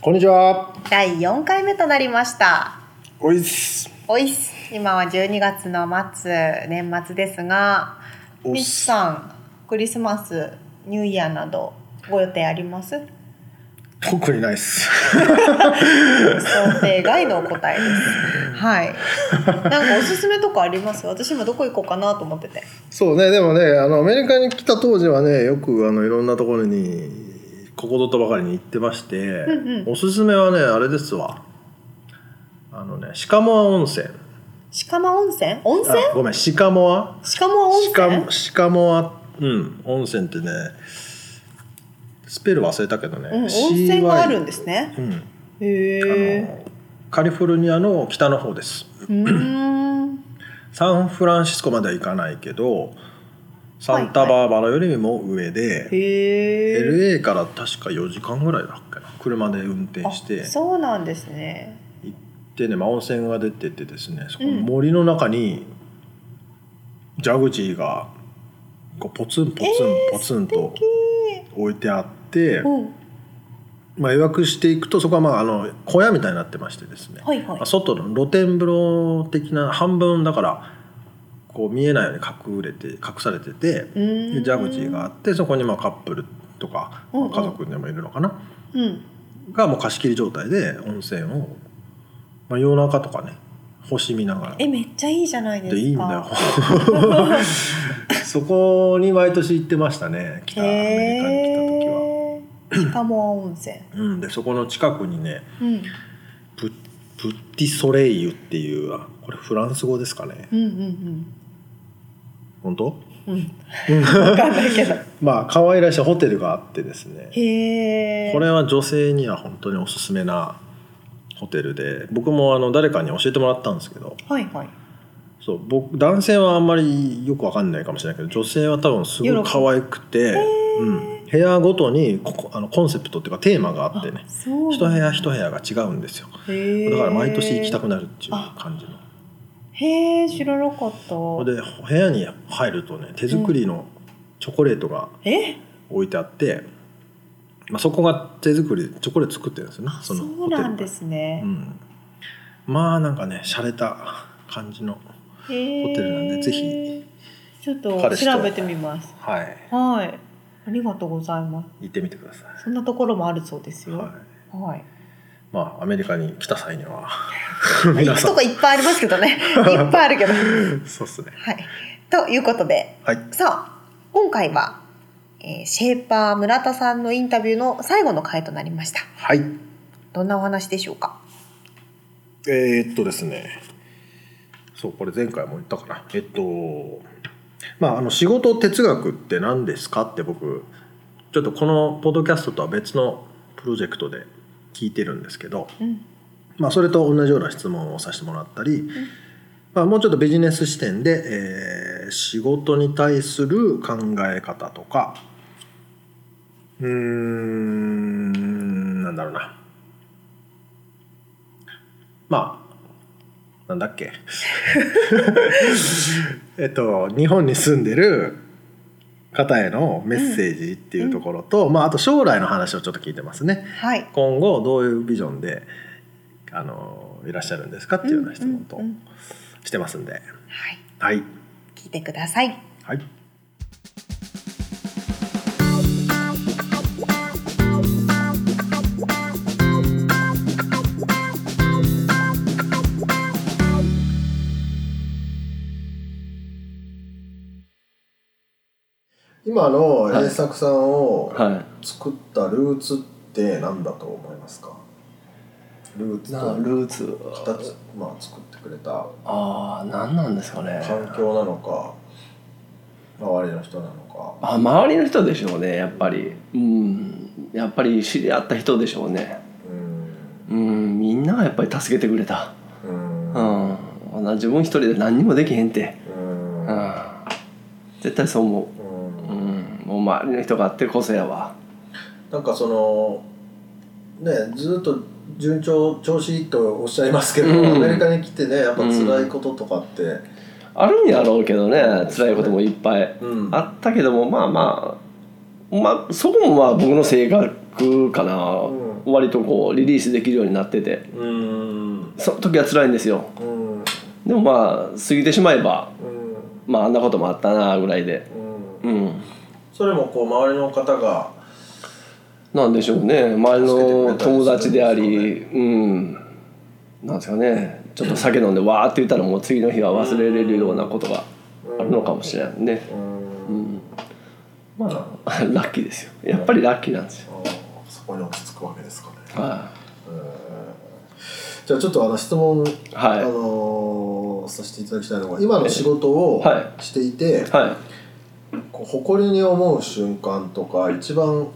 こんにちは。第4回目となりましたおいっす。おいっす今は12月の末年末ですがおっミスさんクリスマスニューイヤーなどご予定あります想特にないっす。 定外のお答えですはいなんかおすすめとかあります私今どこ行こうかなと思っててそうね、でもね、あのアメリカに来た当時はね、よくあのいろんなところにここぞとばかりに行ってまして、んうんおすすめはね、あれですわ。あのね、シカモア温泉。鹿間温泉温泉あごめん、シカモア。鹿間温シカ泉シカモア、うん、温泉ってね、スペル忘れたけどね。うん、温泉があるん CY ですねうん。あへえのカリフォルニアの北の方です。うーんサンフランシスコまでは行かないけどサンタバーバラよりも上で、へえ LA から確か4時間ぐらいだっけな車で運転してそうなんですね行ってね、まあ、温泉が出ててですねそこうん森の中に蛇口がこうポツンポツンポツンと置いてあって、うんまあ、予約していくとそこはまああの小屋みたいになってましてですね、はいはいまあ外の露天風呂的な半分だからこう見えないように隠れて隠されてて。うーでんジャグジーがあってそこにまあカップルとかうんうん家族でもいるのかな、うんがもう貸し切り状態で温泉を、まあ、夜中とかね星見ながらえめっちゃいいじゃないですかでいいんだよ そこに毎年行ってましたね北アメリカに来た時は。へえしかも温泉うん、でそこの近くにねうんププッティ・ソレイユっていうあこれフランス語ですかねうんうん本当うんうん分かんないけどまあ可愛らしいホテルがあってですねへえこれは女性には本当におすすめなホテルで僕もあの誰かに教えてもらったんですけどはいはいそう僕男性はあんまりよくわかんないかもしれないけど女性は多分すごい可愛くて、うん、部屋ごとにここあのコンセプトっていうかテーマがあってねそう一部屋一部部屋が違うんですよ屋だから毎年行きたくななるっていう感じのへえ知らなかったほんで部屋に入るとね手作りのチョコレートがえ置いてあって、まあ、そこが手作りチョコレート作ってるんですよねあそそのうホテルながんですねうん、まあなんかね洒落た感じのホテテルなんでぜひちょっと彼氏と調べてみますはいはいありがとうございます行ってみてくださそんなところもあるそうですい、よはい、はいまあアメリカに来た際に はまあ行くとこいっぱいありますけどねいっぱいあるけどそうっすねはいということではいさあ今回は、えーシェーパー村田さんのインタビューの最後の回となりましたはいどんなお話でしょうかえーっとですねそうこれ前回も言ったかなえっとまああの仕事哲学って何ですかって僕ちょっとこのポッドキャストとは別のプロジェクトで聞いてるんですけど、うんまあ、それと同じような質問をさせてもらったり、まあ、もうちょっとビジネス視点で、えー仕事に対する考え方とかうーんなんだろうなまあなんだっ けえっと日本に住んでる方へのメッセージっていうところと、まあ、あと将来の話をちょっと聞いてますね。はい今後どういうビジョンであのいらっしゃるんですかっていうような質問とうんうんうんしてますんで、はいはい聞いてくださいはい今の栄作さんをは作ったルーツって何だと思いますかルーいツなとルーツ形まあ作ってくれたああ何なんですかね環境なのか周りの人なのかあ周りの人でしょうねやっぱりうんやっぱり知り合った人でしょうねうんうんみんながやっぱり助けてくれたうんうんあんな自分一人で何にもできへんてうんうんうん絶対そう思ううんもう周りの人があってこそやわなんかそのねずっと順調調子いいとおっしゃいますけど、うんアメリカに来てねやっぱ辛いこととかって、あるんやろうけどね辛いこともいっぱいうんあったけどもまあまあまあそこもまあ僕の性格かな、ん割とこうリリースできるようになっててうんその時は辛いんですようんでもまあ過ぎてしまえばうんまああんなこともあったなぐらいでうんうんそれもこう周りの方がなんでしょうね前の友達であり助けうんなんですかねちょっと酒飲んでわーって言ったらもう次の日は忘れれるようなことがあるのかもしれないね、うんうん、まあ ラッキーですよやっぱりラッキーなんですよ、そこに落ち着くわけですかねはじゃあちょっとあの質問、いはいあのーさせていただきたいのが今の仕事をはしていて、はいこう誇りに思う瞬間とか一番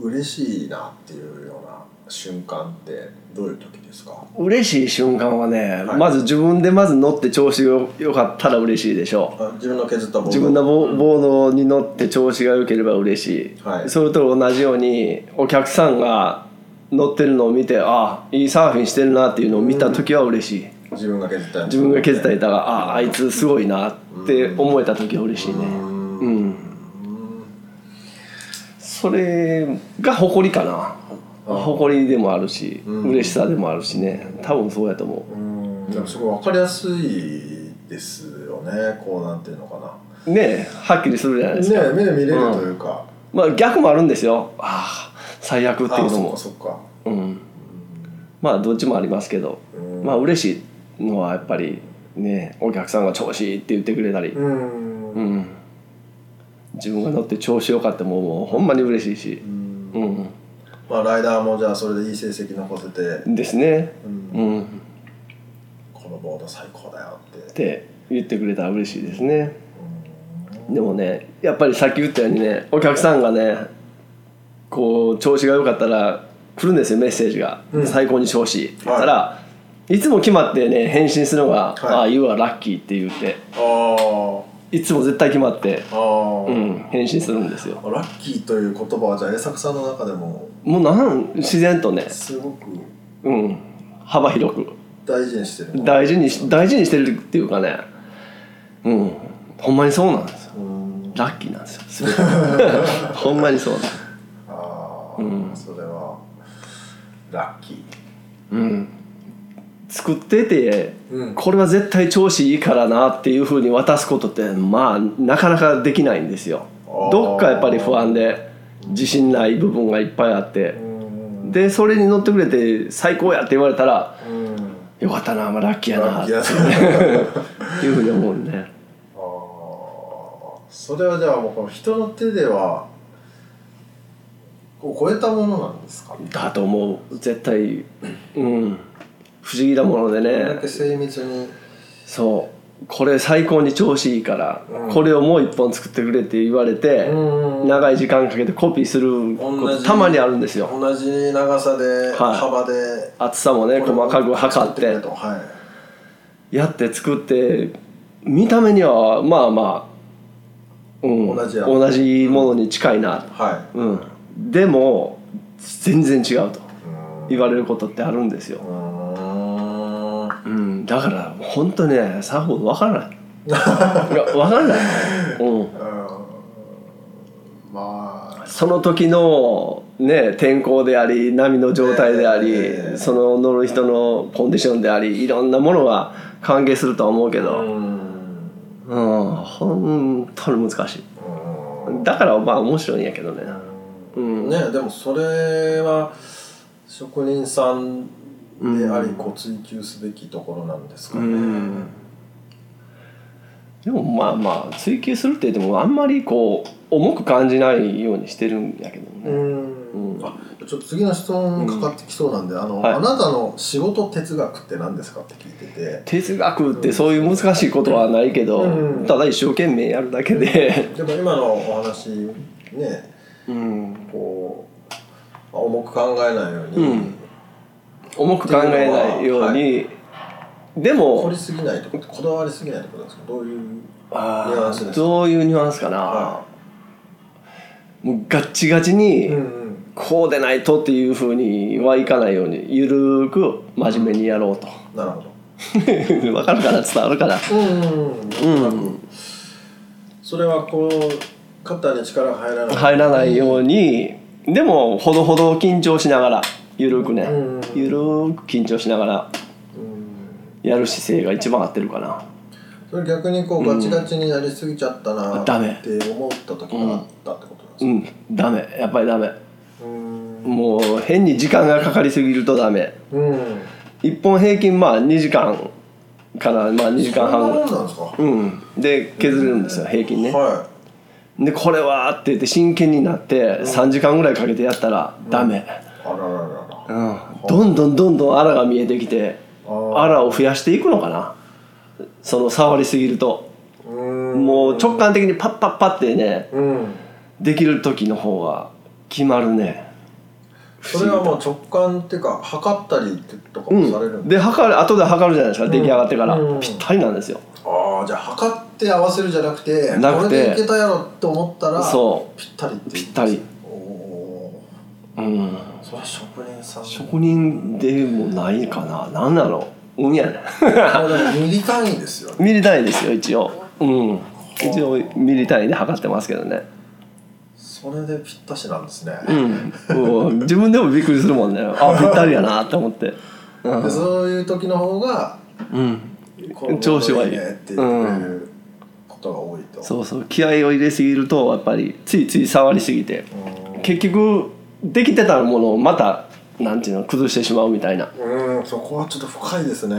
嬉しいなっていうような瞬間ってどういう時ですか嬉しい瞬間はね、はいまず自分でまず乗って調子が良かったら嬉しいでしょあ自分の削ったうボード 自分のボボードに乗って調子が良ければ嬉しい、はいそれと同じようにお客さんが乗ってるのを見てあいいサーフィンしてるなっていうのを見た時は嬉しい、自分が削ったやつ自分が削った板がああいつすごいなって思えた時は嬉しいねうんうんそれが誇りかな誇りでもあるしうん嬉しさでもあるしね多分そうやと思うんでもすごい分かりやすいですよねこうなんていうのかなうねえはっきりするじゃないですか、ね目で見れるというか、まあ逆もあるんですよああ最悪っていあうのそっもかそっかうんまあどっちもありますけどうんまあ嬉しいのはやっぱりねお客さんが調子いいって言ってくれたりうんう、ん、自分が乗って調子よかったもうもうほんまに嬉しいし、うんまあライダーもじゃあそれでいい成績残せて、ですね、うんうん、っこのボード最高だよってて言ってくれたら嬉しいですねでもねやっぱりさっき言ったようにねお客さんがねこう調子が良かったら来るんですよメッセージが「うん最高に調子いい」って言ったら、い、つも決まってね返信するのがは「いああ You are lucky」って言ってああいつも絶対決まって、ああ、うん、返信するんですよラッキーという言葉はじゃあ栄作さんの中でももうなん自然とね、すごくうん、幅広く大事にしてる大事にし大事にしてるっていうかねうんほんまにそうなんですようんラッキーなんですよ全て ほんまにそうなんですああ、うんそれはラッキーうん作っててうんこれは絶対調子いいからなっていうふうに渡すことってまあなかなかできないんですよあーどっかやっぱり不安で自信ない部分がいっぱいあってうんでそれに乗ってくれて最高やって言われたらうんよかったな、まあ、ラッキーやなラッっキーやてないうふうに思うんで、ね、あーそれはじゃあもうこの人の手ではこう超えたものなんですかねだと思う絶対うん不思議なものでこれだねけ精密にそうこれ最高に調子いいから、うんこれをもう一本作ってくれって言われて、同長い時間かけてコピーするこ同とじたまにあるんですよじ長さではい幅で厚さもね細かく測っ作くれてとはいやって作って見た目にはまあまあ、うん、同じや同じものに近いな、はうん、でも全然違うというーん言われることってあるんですよ、うーんうん、だから本当ね作法分からない いや分からない、うん、まあその時のね天候であり波の状態であり、ええその乗る人のコンディションでありいろんなものが関係するとは思うけうど、んうん、本当に難しいだからまあ面白いんやけどねうん、ねでもそれは職人さんでありこう追求すべきところなんですかうねん、でもまあまあ追求するって言ってもあんまりこう重く感じないようにしてるんやけどうね、んうんあちょっと次の質問かかってきそうなんで、あのはいあなたの仕事哲学って何ですかって聞いて て哲学ってそういう難しいことはないけど、うんただ一生懸命やるだけで、でも今のお話ねうん、こうまあ重く考えないように、うん重く考えないように、で凝もりすぎないとここだわりすぎないってことなんですかどういうあーニュアンスですどういうニュアンスかな、はもうガッチガチに、いうんこうでないとっていうふうにはいかないようにゆるく真面目にやろうと なるほどわかるかな伝わるかなうんうんうんそれはこう肩に力が入らない入らないようにでもほどほど緊張しながらゆるくねうんゆるく緊張しながらうんやる姿勢が一番合ってるかなそれ逆にこうガチガチにやりすぎちゃったなあダメって思った時があったってことなんですうかんダメやっぱりダメうんもう変に時間がかかりすぎるとダメうん1本平均まあ2時間からまあ2時間そんなもん半なんですか、うんで削れるんですよ平均ねはでこれはって言って真剣になって3時間ぐらいかけてやったらダいメ、あららららうん、どんどんどんどんアラが見えてきてあーアラを増やしていくのかなその触りすぎるとうんもう直感的にパッパッパってねうんできる時の方が決まるねそれはもう直感っていうか測ったりとかもされるんで測る後で測るじゃないですか出来上がってからうんぴったりなんですよああじゃあ測って合わせるじゃなくてなこくてれでいけたやろって思ったらそうぴったりっていうぴったりおおうんーそれは職人さん職人でもないかな何なの運やね まあでもミリ単位ですよねミリ単位ですよ一応うん一応ミリ単位で測ってますけどねそれでぴったしなんですね、うんうん自分でもびっくりするもんねあぴったりやなって思ってうんでそういう時の方がうんこの調子はいいねっていうことが多いと、そうそう気合を入れすぎるとやっぱりついつい触りすぎてうん結局できてたものをまたなんていうの崩してしまうみたいなうん、そこはちょっと深いですね。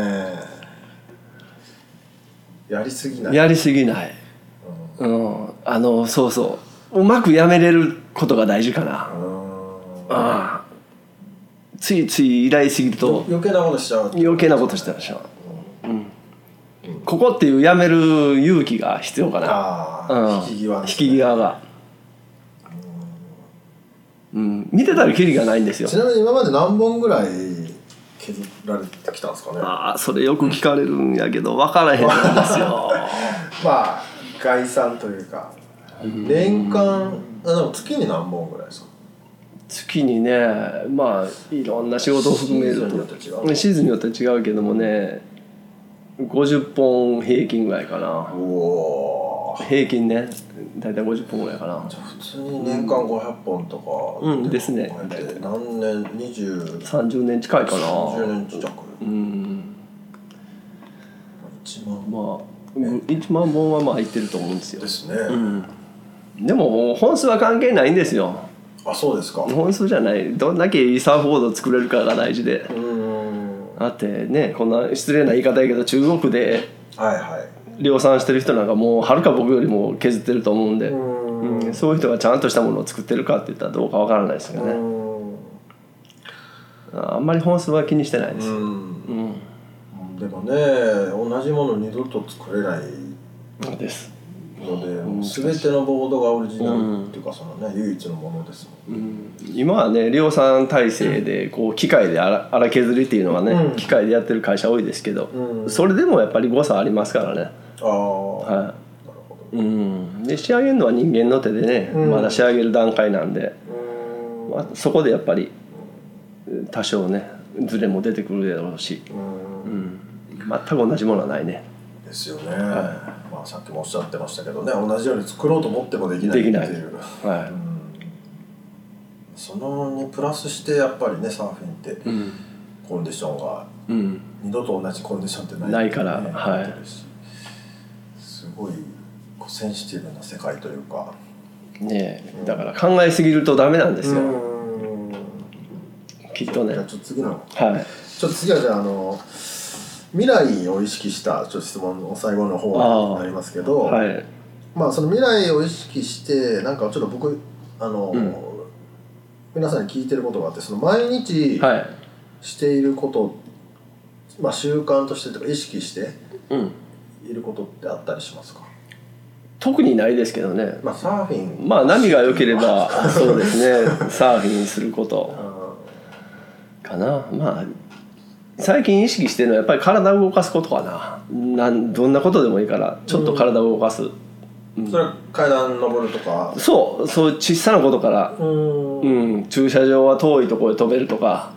やりすぎない。やりすぎない、うん、あのそうそううまくやめれることが大事かな、うん。ああついつい依頼すぎると余計なことしちゃう。余計なことしてらっしゃう、うん、ここっていうやめる勇気が必要かなあうんあ、引き際、引き。際が、うん、見てたらキリがないんですよちなみに今まで何本ぐらい削られてきたんですかね。ああそれよく聞かれるんやけど分からへんんで すよまあ概算というか、年間あでも月に何本ぐらいですか。月にねまあいろんな仕事を含めるシーズンによっとて違うシーズンによって違うけどもね50本平均ぐらいかなおおー。平均ね大体50本ぐらいかなじゃあ普通に年間500本とか。うんですね何年二十30年近いか十な年近く。うん一万まあ1万本はまあいってると思うんですよですね。うんでも本数は関係ないんですよあそうですか。本数じゃないどんだけいいサーフボード作れるかが大事でうん。だってねこんな失礼な言い方やけど中国ではいはい。量産してる人なんかもうはるか僕よりも削ってると思うんで、うんうんそういう人がちゃんとしたものを作ってるかって言ったらどうかわからないですけどね、あんまり本数は気にしてないです、うんうんでもね同じもの二度と作れないです、ので、全てのボードがオリジナルっていうか、そのね唯一のものですもん、うん今はね量産体制でこう機械で荒荒削りっていうのはね、うん機械でやってる会社多いですけど、うんそれでもやっぱり誤差ありますからね、ああ、なはるほいうん、で仕上げるのは人間の手でね、うんまだ仕上げる段階なんで、どうんまあ、そこでやっぱり多少ねズレも出てくるだろうし、うんうん、全く同じものはないねですよね、まあさっきもおっしゃってましたけどね同じように作ろうと思ってもできないでっきてないいう、はうん、そのにプラスしてやっぱりねサーフィンってい、うんコンディションがうん、二度と同じコンディションってないないからねはいことですしすごいこうセンシティブな世界というかねえだから考えすぎるとダメなんですよ、んきっとじねゃあちょっと次のはいちょっと次はじゃああの未来を意識したちょっと質問の最後の方になりますけどはいまあその未来を意識してなんかちょっと僕あの、うん皆さんに聞いてることがあってその毎日はいしていること、まあ習慣としてとか意識してうんいることってあったりしますか、特にないですけどねまあ、サーフィンまあ波が良ければ そうですねサーフィンすることあかなまあ最近意識してるのはやっぱり体を動かすことかななんどんなことでもいいからちょっと体を動かす、うーんそれは階段登るとかそうそういう小さなことから、うんうん、駐車場は遠いところへ飛べるとか、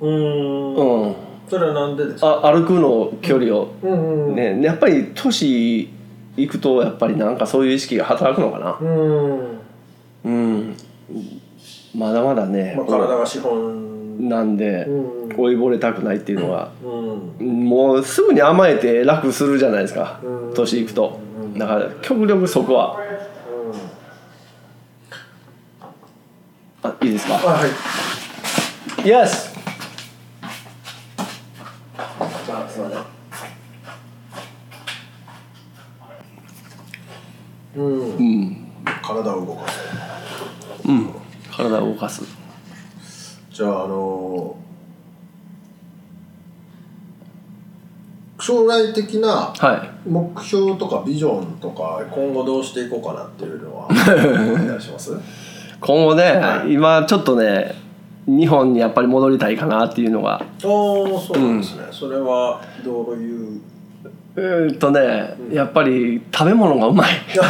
うんうん、それはなんでですかあ歩くの距離を、うんね、やっぱり都市行くとやっぱりなんかそういう意識が働くのかなうん、うんまだまだね、まあ、体が資本なんで、うん追いぼれたくないっていうのは、うんもうすぐに甘えて楽するじゃないですか、うん年いくと、だから極力そこはあいいですかはいイエスうんうん体を動かすうん体を動かすじゃああの将来的なはい目標とかビジョンとか今後どうしていこうかなっていうのはお願いします今後ね、はい今ちょっとね日本にやっぱり戻りたいかなっていうのがおおそうなんですね、それはどういううーんとね、やっぱり食べ物がうまい確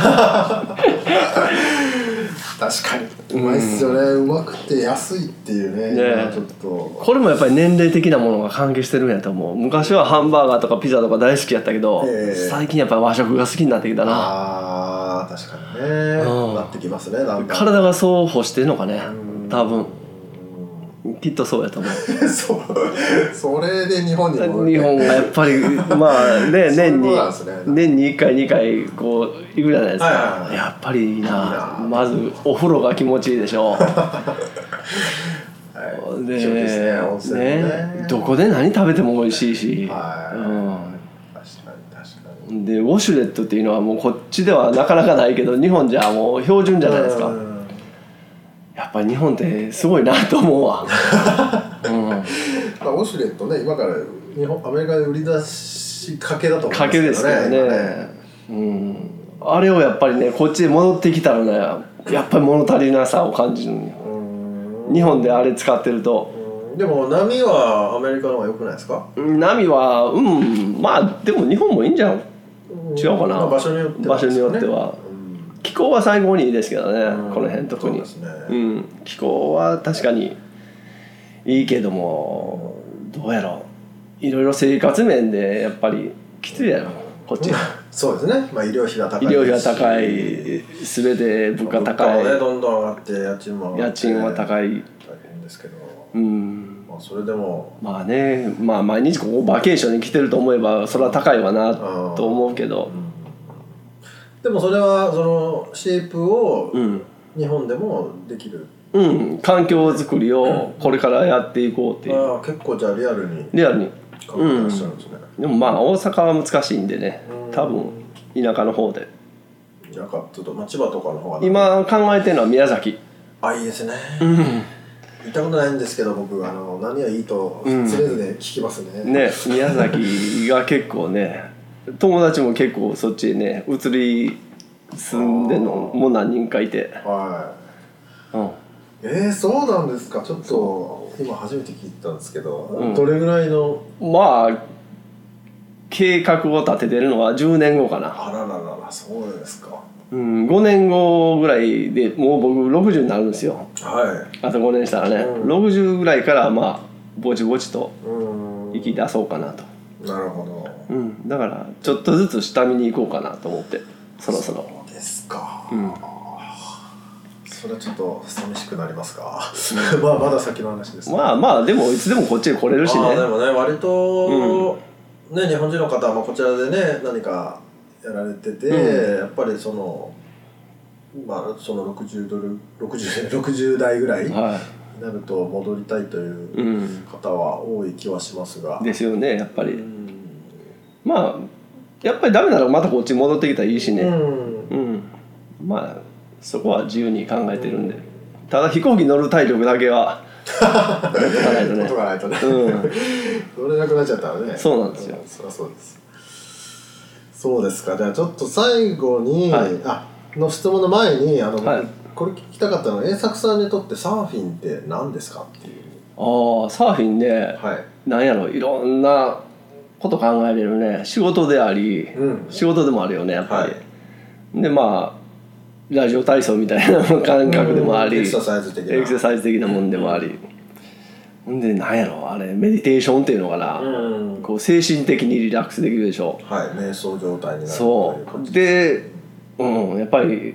かにうまいっすよね、うまくて安いっていうねね今ちょっとこれもやっぱり年齢的なものが関係してるんやと思う昔はハンバーガーとかピザとか大好きやったけど、ええ最近やっぱり和食が好きになってきたなああ確かにねうんなってきますねなんか体がそう欲してるのかねうん多分きっとそうやと思う そうそれで日本に戻る日本がやっ ぱりまあねそうい年うこにとなんですね年に1回2回こう行くじゃないですか、はいはいはいやっぱりいいないいなまずお風呂が気持ちいいでし ょう貴重ですね温泉もねねどこで何食べても美味しいし、はうんい、確かに確かにでウォシュレットっていうのはもうこっちではなかなかないけど日本じゃもう標準じゃないですかうんやっぱり日本ってすごいなと思うわ、うんまあ、ウォシュレットね今から日本アメリカで売り出しかけだと思うん賭けですけどね今うん、あれをやっぱりねこっちへ戻ってきたらねやっぱり物足りなさを感じるんようん日本であれ使ってるとうんでも波はアメリカの方が良くないですか波はうんまあでも日本もいいんじゃん違うかなまあ場所によっては場所によっては気候は最高にいいですけどねうんこの辺特にそうですねうん、気候は確かにいいけどもどうやろういろいろ生活面でやっぱりきついやろこっちそうですねまあ医療費が高い医療費は高ですしい全て物価物価もね高どんどん上がって家賃も上いが家って賃は大高い変ですけど、うんまあ、それでもまあねまあ毎日ここバケーションに来てると思えばそれは高いわなーと思うけどでもそれはそのシェイプをうん、日本でもできる、うん、環境づくりをこれからやっていこうっていうああ結構じゃあリアルにリアルに考えてらっしゃるんですね、でもまあ大阪は難しいんでね多分田舎の方でじゃあかちょっと、まあ、千葉とかの方が今考えてるのは宮崎あいいですね、うん行ったことないんですけど僕あの何がいいと常うん々聞きますね、ね宮崎が結構ね友達も結構そっちへね移り住んでんのも何人かいて、はうん、いえー、そうなんですかちょっと今初めて聞いたんですけど、うんどれぐらいのまあ計画を立ててるのは10年後かな、あららららそうですかうん、5年後ぐらいでもう僕60になるんですよはあと5年したらね、うん60ぐらいからまあぼちぼちというーん生き出そうかなと、なるほどうん、だからちょっとずつ下見に行こうかなと思ってそろそろ。そうですか、うんそれはちょっと寂しくなりますか まあまだ先の話ですまあまあでもいつでもこっちへ来れるしねあーでもね割と、ね日本人の方はまあこちらでね何かやられてて、うやっぱりそのまあその60ドル60 60代ぐらいにはなると戻りたいといい、う、うん方は多い気はしますが、ですよねやっぱりうんまあやっぱりダメならまたこっちに戻ってきたらいいしね、うんうん、まあそこは自由に考えてるんで、ただ飛行機乗る体力だけは持っとかないとねことがないとね、うん乗れなくなっちゃったらねそうなんですよそりゃそうですそうですかじゃあちょっと最後に、はいあの質問の前にあの、はいこれ聞きたかったのは栄作さんにとってサーフィンって何ですかっていうああサーフィンねはいなんやろいろんなこと考えれるね仕事であり、うん仕事でもあるよねやっぱり、はでまあラジオ体操みたいな感覚でもあり、エクササイズ的なエクササイズ的なもんでもあり、ほんでなんやろあれメディテーションっていうのかな、うんこう精神的にリラックスできるでしょはい瞑想状態になるそといううで、うん、やっぱり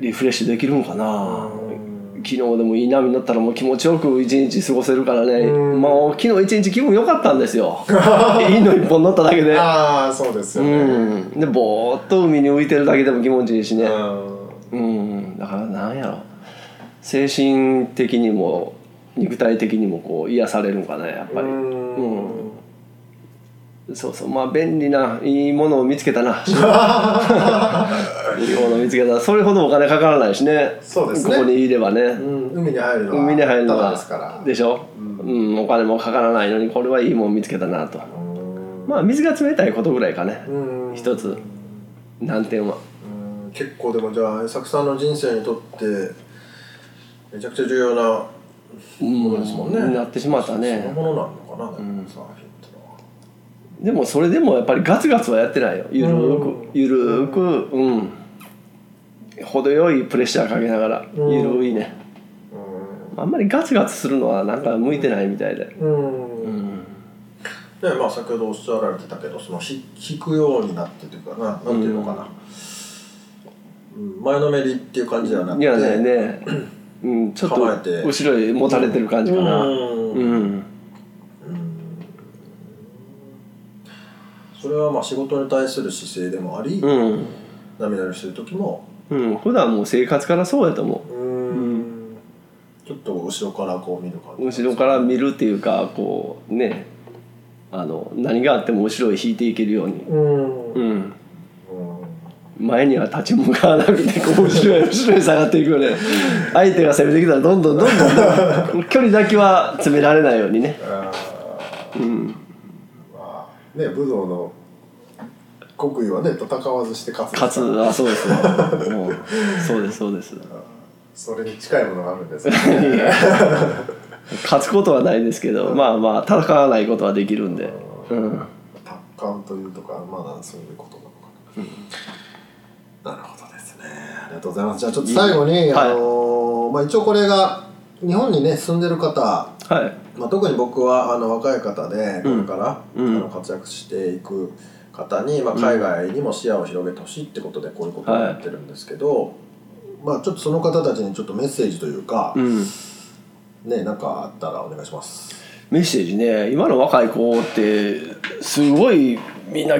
リフレッシュできるんかな、うん昨日でもいい波になったらもう気持ちよく一日過ごせるからね、うんもう昨日一日気分良かったんで すよいいの一本乗っただけで、ああそうですうよね、ん、でぼーっと海に浮いてるだけでも気持ちいいしね、うんうん、だからなんやろ精神的にも肉体的にもこう癒されるんかなやっぱりうんそうそうまあ便利ないいものを見つけ たないいものを見つけたそれほどお金かからないしねそうですねここにいればね、うん海に入るのは海に入るのただがですからでしょ、うんうん、お金もかからないのにこれはいいもん見つけたなとうんまあ水が冷たいことぐらいかねうん一つ難点はうん結構でもじゃあ栄作さんの人生にとってめちゃくちゃ重要なうんそうですもんねなってしまったねそのものなのかな、うんサーフィンってのはでもそれでもやっぱりガツガツはやってないよゆるーうんくゆるーくうん程よいプレッシャーかけながらうんゆるいねあんまりガツガツするのはなんか向いてないみたいでうん、ううんんでまあ先ほどおっしゃられてたけどそのひ引くようになってというかななんていうのかな、うん前のめりっていう感じではなくいてやねねうんちょっ構えてと後ろに持たれてる感じかなうんうんそれはまあ仕事に対する姿勢でもあり、うん涙をしてる時もうん普段もう生活からそうやと思うんちょっと後ろからこう見る感うじ後ろから見るっていうかこうねあの何があっても後ろへ引いていけるようにうんうんうん前には立ち向かわなくてこう後ろへ後ろに下がっていくよね相手が攻めてきたらどんどんどんどん距離だけは詰められないようにねあうんーまあね武道の国威はね戦わずして勝つ勝つあそうですねうんそうですそうですそれに近いものがあるんですけどね勝つことはないですけどまあまあ戦わないことはできるんでうん達観というとかまあそういうことなのかな、なるほどですねありがとうございますじゃあちょっと最後に、いあのーまあ、一応これが日本にね住んでる方はいまあ、特に僕はあの若い方でこれから、うんあの活躍していく方に、まあ、海外にも視野を広げてほしいってことでこういうことをやってるんですけど、まあちょっとその方たちにちょっとメッセージというか、うんねなんかあったらお願いします。メッセージね今の若い子ってすごいみんな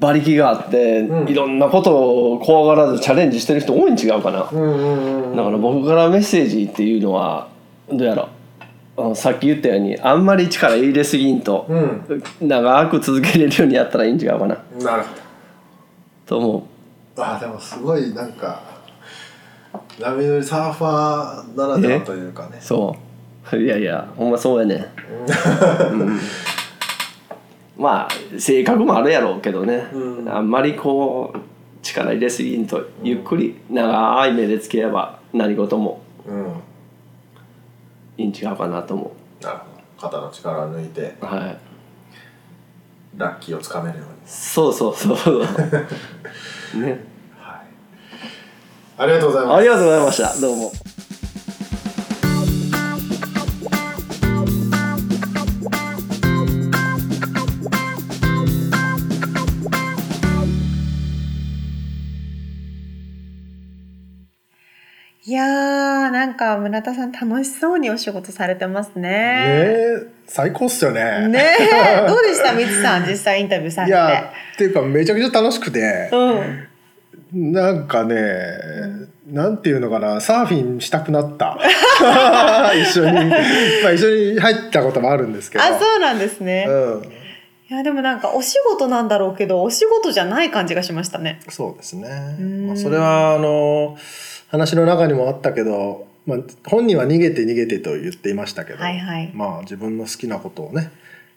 馬力があって、うんいろんなことを怖がらずチャレンジしてる人多いん違うかな、だから僕からメッセージっていうのはどうやろあのさっき言ったようにあんまり力入れすぎんと、うん、長く続けれるようにやったらいいん違うかななるほと思どあーでもすごいなんか波乗りサーファーならではというかねうそういやいやほんまそうやね、うんまあ性格もあるやろうけどね、うんあんまりこう力入れすぎんとゆっくり長い目でつければ何事もうんいいん違うかなと思なるほど肩の力を抜いてうはいラッキーをつかめるようにそうそうそうねはいありがとうございますありがとうございましたどうもいやーなんか村田さん楽しそうにお仕事されてますね。え最高っすよねねえどうでしたみつさん実際インタビューいされやて。っていうかめちゃくちゃ楽しくてうん、なんかね、なんていうのかなサーフィンしたくなった 一緒にまあ一緒に入ったこともあるんですけどあそうなんですね。うん、いやでもなんかお仕事なんだろうけどお仕事じゃない感じがしましたね。そうですねうん、まあ、それはあの話の中にもあったけど、まあ、本人は逃げて逃げてと言っていましたけど、はいはいまあ、自分の好きなことをね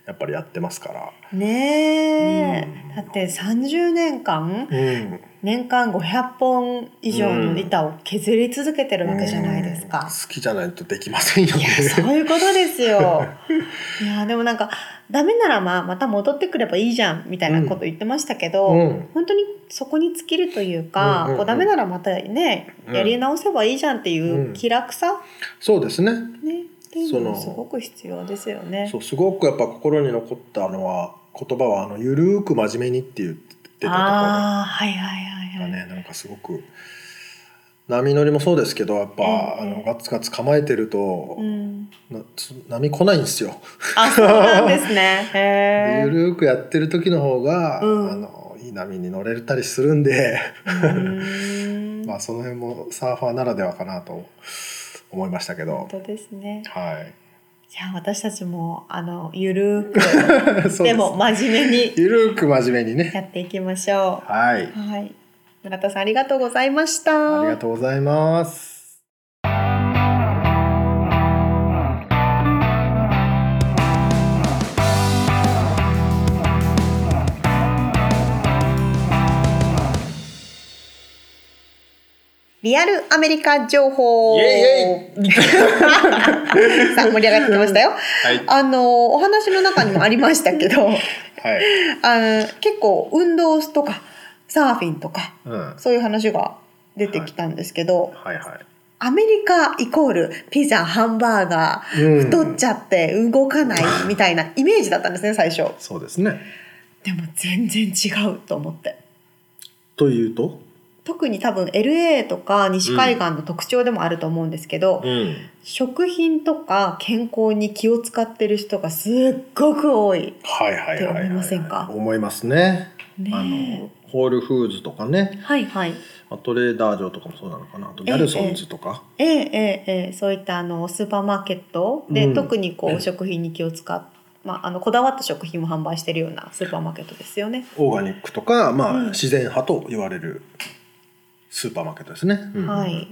やっぱりやってますから、ねえうんだって30年間うん、年間500本以上の板を削り続けてるわけじゃないですか。好きじゃないとできませんよいねやそういうことですよ。 いやでもなんかダメならまあまた戻ってくればいいじゃんみたいなこと言ってましたけど、うん本当にそこに尽きるというか、うんうんうんこうダメならまたねうんやり直せばいいじゃんっていううん気楽さ、そうですねねっていうのもそのすごく必要ですよねそ。うすごくやっぱ心に残ったのは言葉はあの「ゆるーく真面目に」って言ってたところがああはいはいはいはい。ねなんかすごく波乗りもそうですけどやっぱ、ええあのガツガツ構えてると、うん、なつ波来ないんですよ。あそうなんですね。へーゆるーくやってる時の方が、うんあのいい波に乗れたりするんで、うんまあその辺もサーファーならではかなと思いましたけ本ど、当ですね。はい。じゃあ私たちもあのゆるーく そうですでも真面目にゆるーく真面目にね。やっていきましょ。。はいうはい。村田さんありがとうございました。ありがとうございます。リアルアメリカ情報。イエ さあ盛り上がってきましたよ。あのお話の中にもありましたけど、はい。あの結構運動とかサーフィンとかうん。はそういう話が出てきたんですけど、いはアメリカイコールピザハンバーガい。ーう太っちゃって動かないみたいなイメージだったんですね最初。そうですね。でも全然違うと思って。というと、特に多分 LA とか西海岸の特徴でもあると思うんですけど、うん。食品とか健康に気を使ってる人がすっごく多い。はいはいはいはい、って思いませんか思いますね。あねのホールフーズとかね。えはいはい。まあトレーダー城とかもそうなのかなあとギャルソンズとか、ええええええそういったあのスーパーマーケットで、うん特にこう食品に気を使っまあ、あのこだわった食品も販売してるようなスーパーマーケットですよね。オーガニックとか、まあうん自然派と言われるスーパーマーケットですね、うんはい、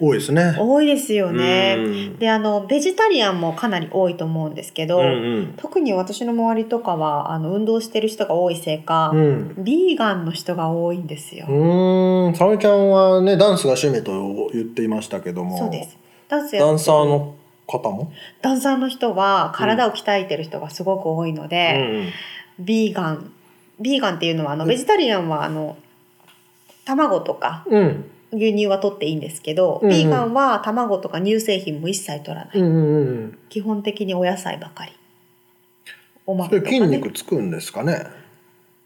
多いですね多いですよね。ねであのベジタリアンもかなり多いと思うんですけど、うんうん特に私の周りとかはあの運動してる人が多いせいか、うんビーガンの人が多いんですよ。うーん沙織ちゃんはねダンスが趣味と言っていましたけどもそうです。ダンスやダンサーの方も、ダンサーの人は体を鍛えてる人がすごく多いので、ビーガンビーガンっていうのはあのベジタリアンはあの卵とかうんうん牛乳は取っていいんですけど、うんうんビーガンは卵とか乳製品も一切取らない。うんうんうんうん基本的にお野菜ばかり。おそ豆れとか筋ね。肉つくんですかね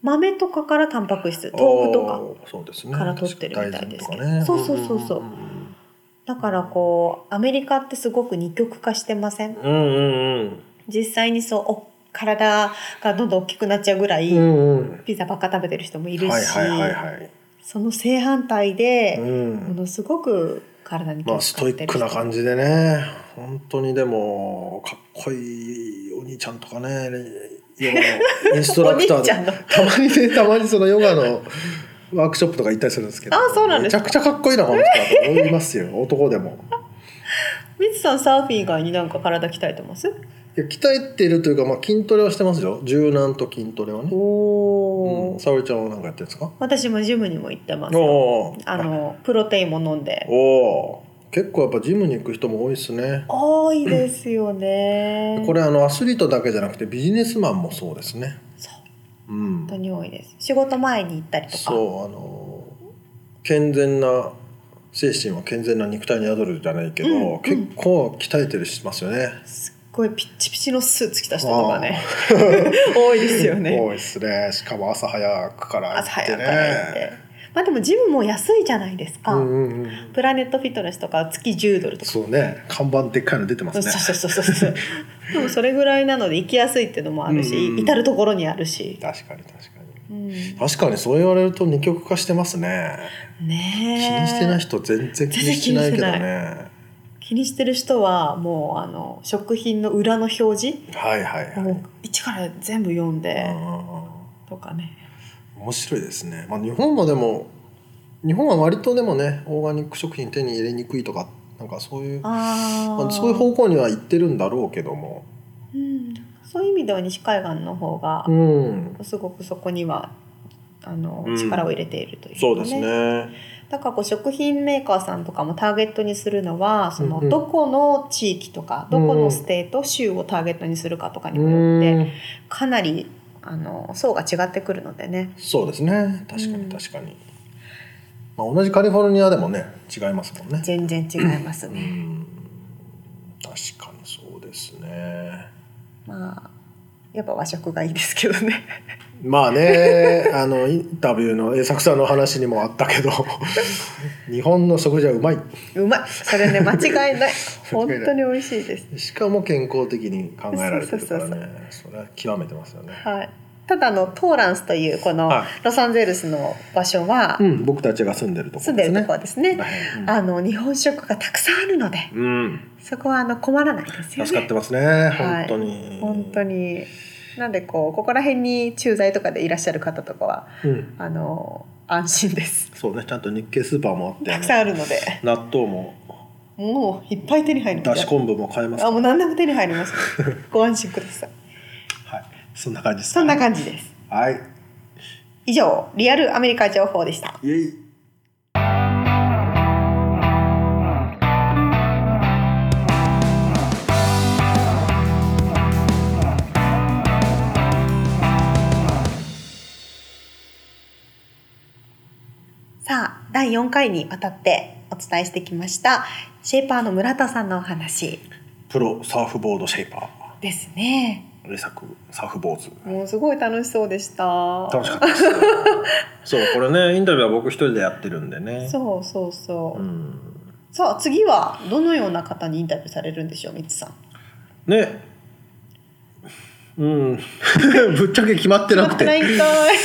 豆とかからタンパク質、豆腐とか。あーそうですねから取ってるみたいですけど大豆とかそねうそうそうそうんんんんだからこうアメリカってすごく二極化してません。うんうん実際にそうお体がどんどん大きくなっちゃうぐらい、うんうんうんピザばっか食べてる人もいるし、はいはいはいはい、その正反対うで、もん、のすごく体に気まをあス使トイってッるク人、な感じでね本当にでもかっこいいお兄ちゃんとかねヨガのインストラク タお兄ちゃーんのたまにねたまにそのヨガの ワークショップとか行ったりするんですけどあそうなんですかめちゃくちゃかっこいいなこの人だと思いますよ男でも。ミツさんサーフィン以外になんか体鍛えてますいや鍛えてるというか、まあ、筋トレはしてますよ柔軟と筋トレはねおうおん、沙織ちゃんは何かやってるんですか私もジムにも行ってますおーあのプロテインも飲んでおー結構やっぱジムに行く人も多いですね多いですよねこれあのアスリートだけじゃなくてビジネスマンもそうですね。そうう本ん当。に多いです仕事前に行ったりとかそうあの健全な精神は健全な肉体に宿るじゃないけど、うん結構鍛えてるしますよね。こういうピッチピチのスーツ着た人とかね 多いですよね多いですね。しかも朝早くから朝行早ってくから行ってね。まあでもジムも安いじゃないですか、うんうんうん。プラネットフィットネスとか月10ドルとかそうね。看板でっかいの出てますそうね。そうそうそう そうでもそれぐらいなので行きやすいっていうのもあるし、うんうん至る所にあるし、確かに確かに。うん、ね確かにそう言われると二極化してますね。え気にしてない人全然気にしてないけどね。気にしてる人はもうあの食品の裏の表示はいはいはい、もう一から全部読んでうとかねん面白いですね、まあ、日本もでも日本は割とでもねオーガニック食品手に入れにくいとかなんかそういうあまーあそういう方向には行ってるんだろうけどもうん、そういう意味では西海岸の方がうんすごくそこにはあのうん力を入れているというかそうですねだからこう食品メーカーさんとかもターゲットにするのはそうんうんのどこの地域とかどこのステート、州をターゲットにするかとかにもよってうんかなりあの層が違ってくるのでね。そうですね確かうにん確かに、まあ、同じカリフォルニアでもね違いますもんね全然違いますうね。ん確かにそうですねまあやっぱ和食がいいですけどね。 まあ ねあのインタビューの栄作さんの話にもあったけ ど日本の食事はうまいうまい。それね間違いない。 間違い本ない当に美味しいです。しかも健康的に考えられてるからそうねそれは極めてますよね、はい。ただあのトーランスというこのはいロサンゼルスの場所はうん、僕たちが住んでるとこ住ろんですでるねところですね。はいあの日本食がたくさんあるので、うん、そこはあの困らないですよ助かっねて。ますね、い本当に本当に。なんでこうここら辺に駐在とかでいらっしゃる方とかはうん、あの安心 です。そうねちゃんと日系スーパーもあってたくさんあるので、納豆ももういっぱい手に入るのだでし。昆布も買えますあもう何でも手に入ります。 ご安心ください。はいそんな感じですかそんな感じです。はい以上リアルアメリカ情報でした。イエイさあ第4回にわたってお伝えしてきましたシェイパーの村田さんのお話プロサーフボードシェイパですねーレ作サーフボーズもうすごい楽しそうでした楽しかったです そうこれねインタビューは僕一人でやってるんでねそうそうそう、うんさあ次はどのような方にインタビューされるんでしょうみつさんねうん ぶっちゃけ決まってなくてないんか い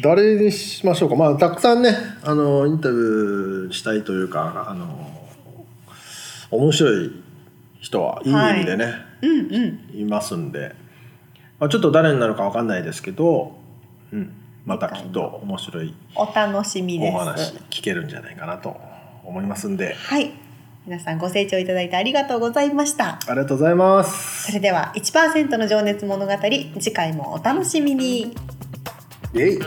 誰にしましょうかまあたくさんねあのインタビューしたいというかあの面白い人はいい意味でね、うんうんい、ますんで、まあ、ちょっと誰になるかわかんないですけど、うん、またきっと面白いお楽しみでおす話聞けるんじゃないかなと思いますんではい皆さんご清聴いただいてありがとうございましたありがとうございます。それでは1%の情熱物語次回もお楽しみにイエイ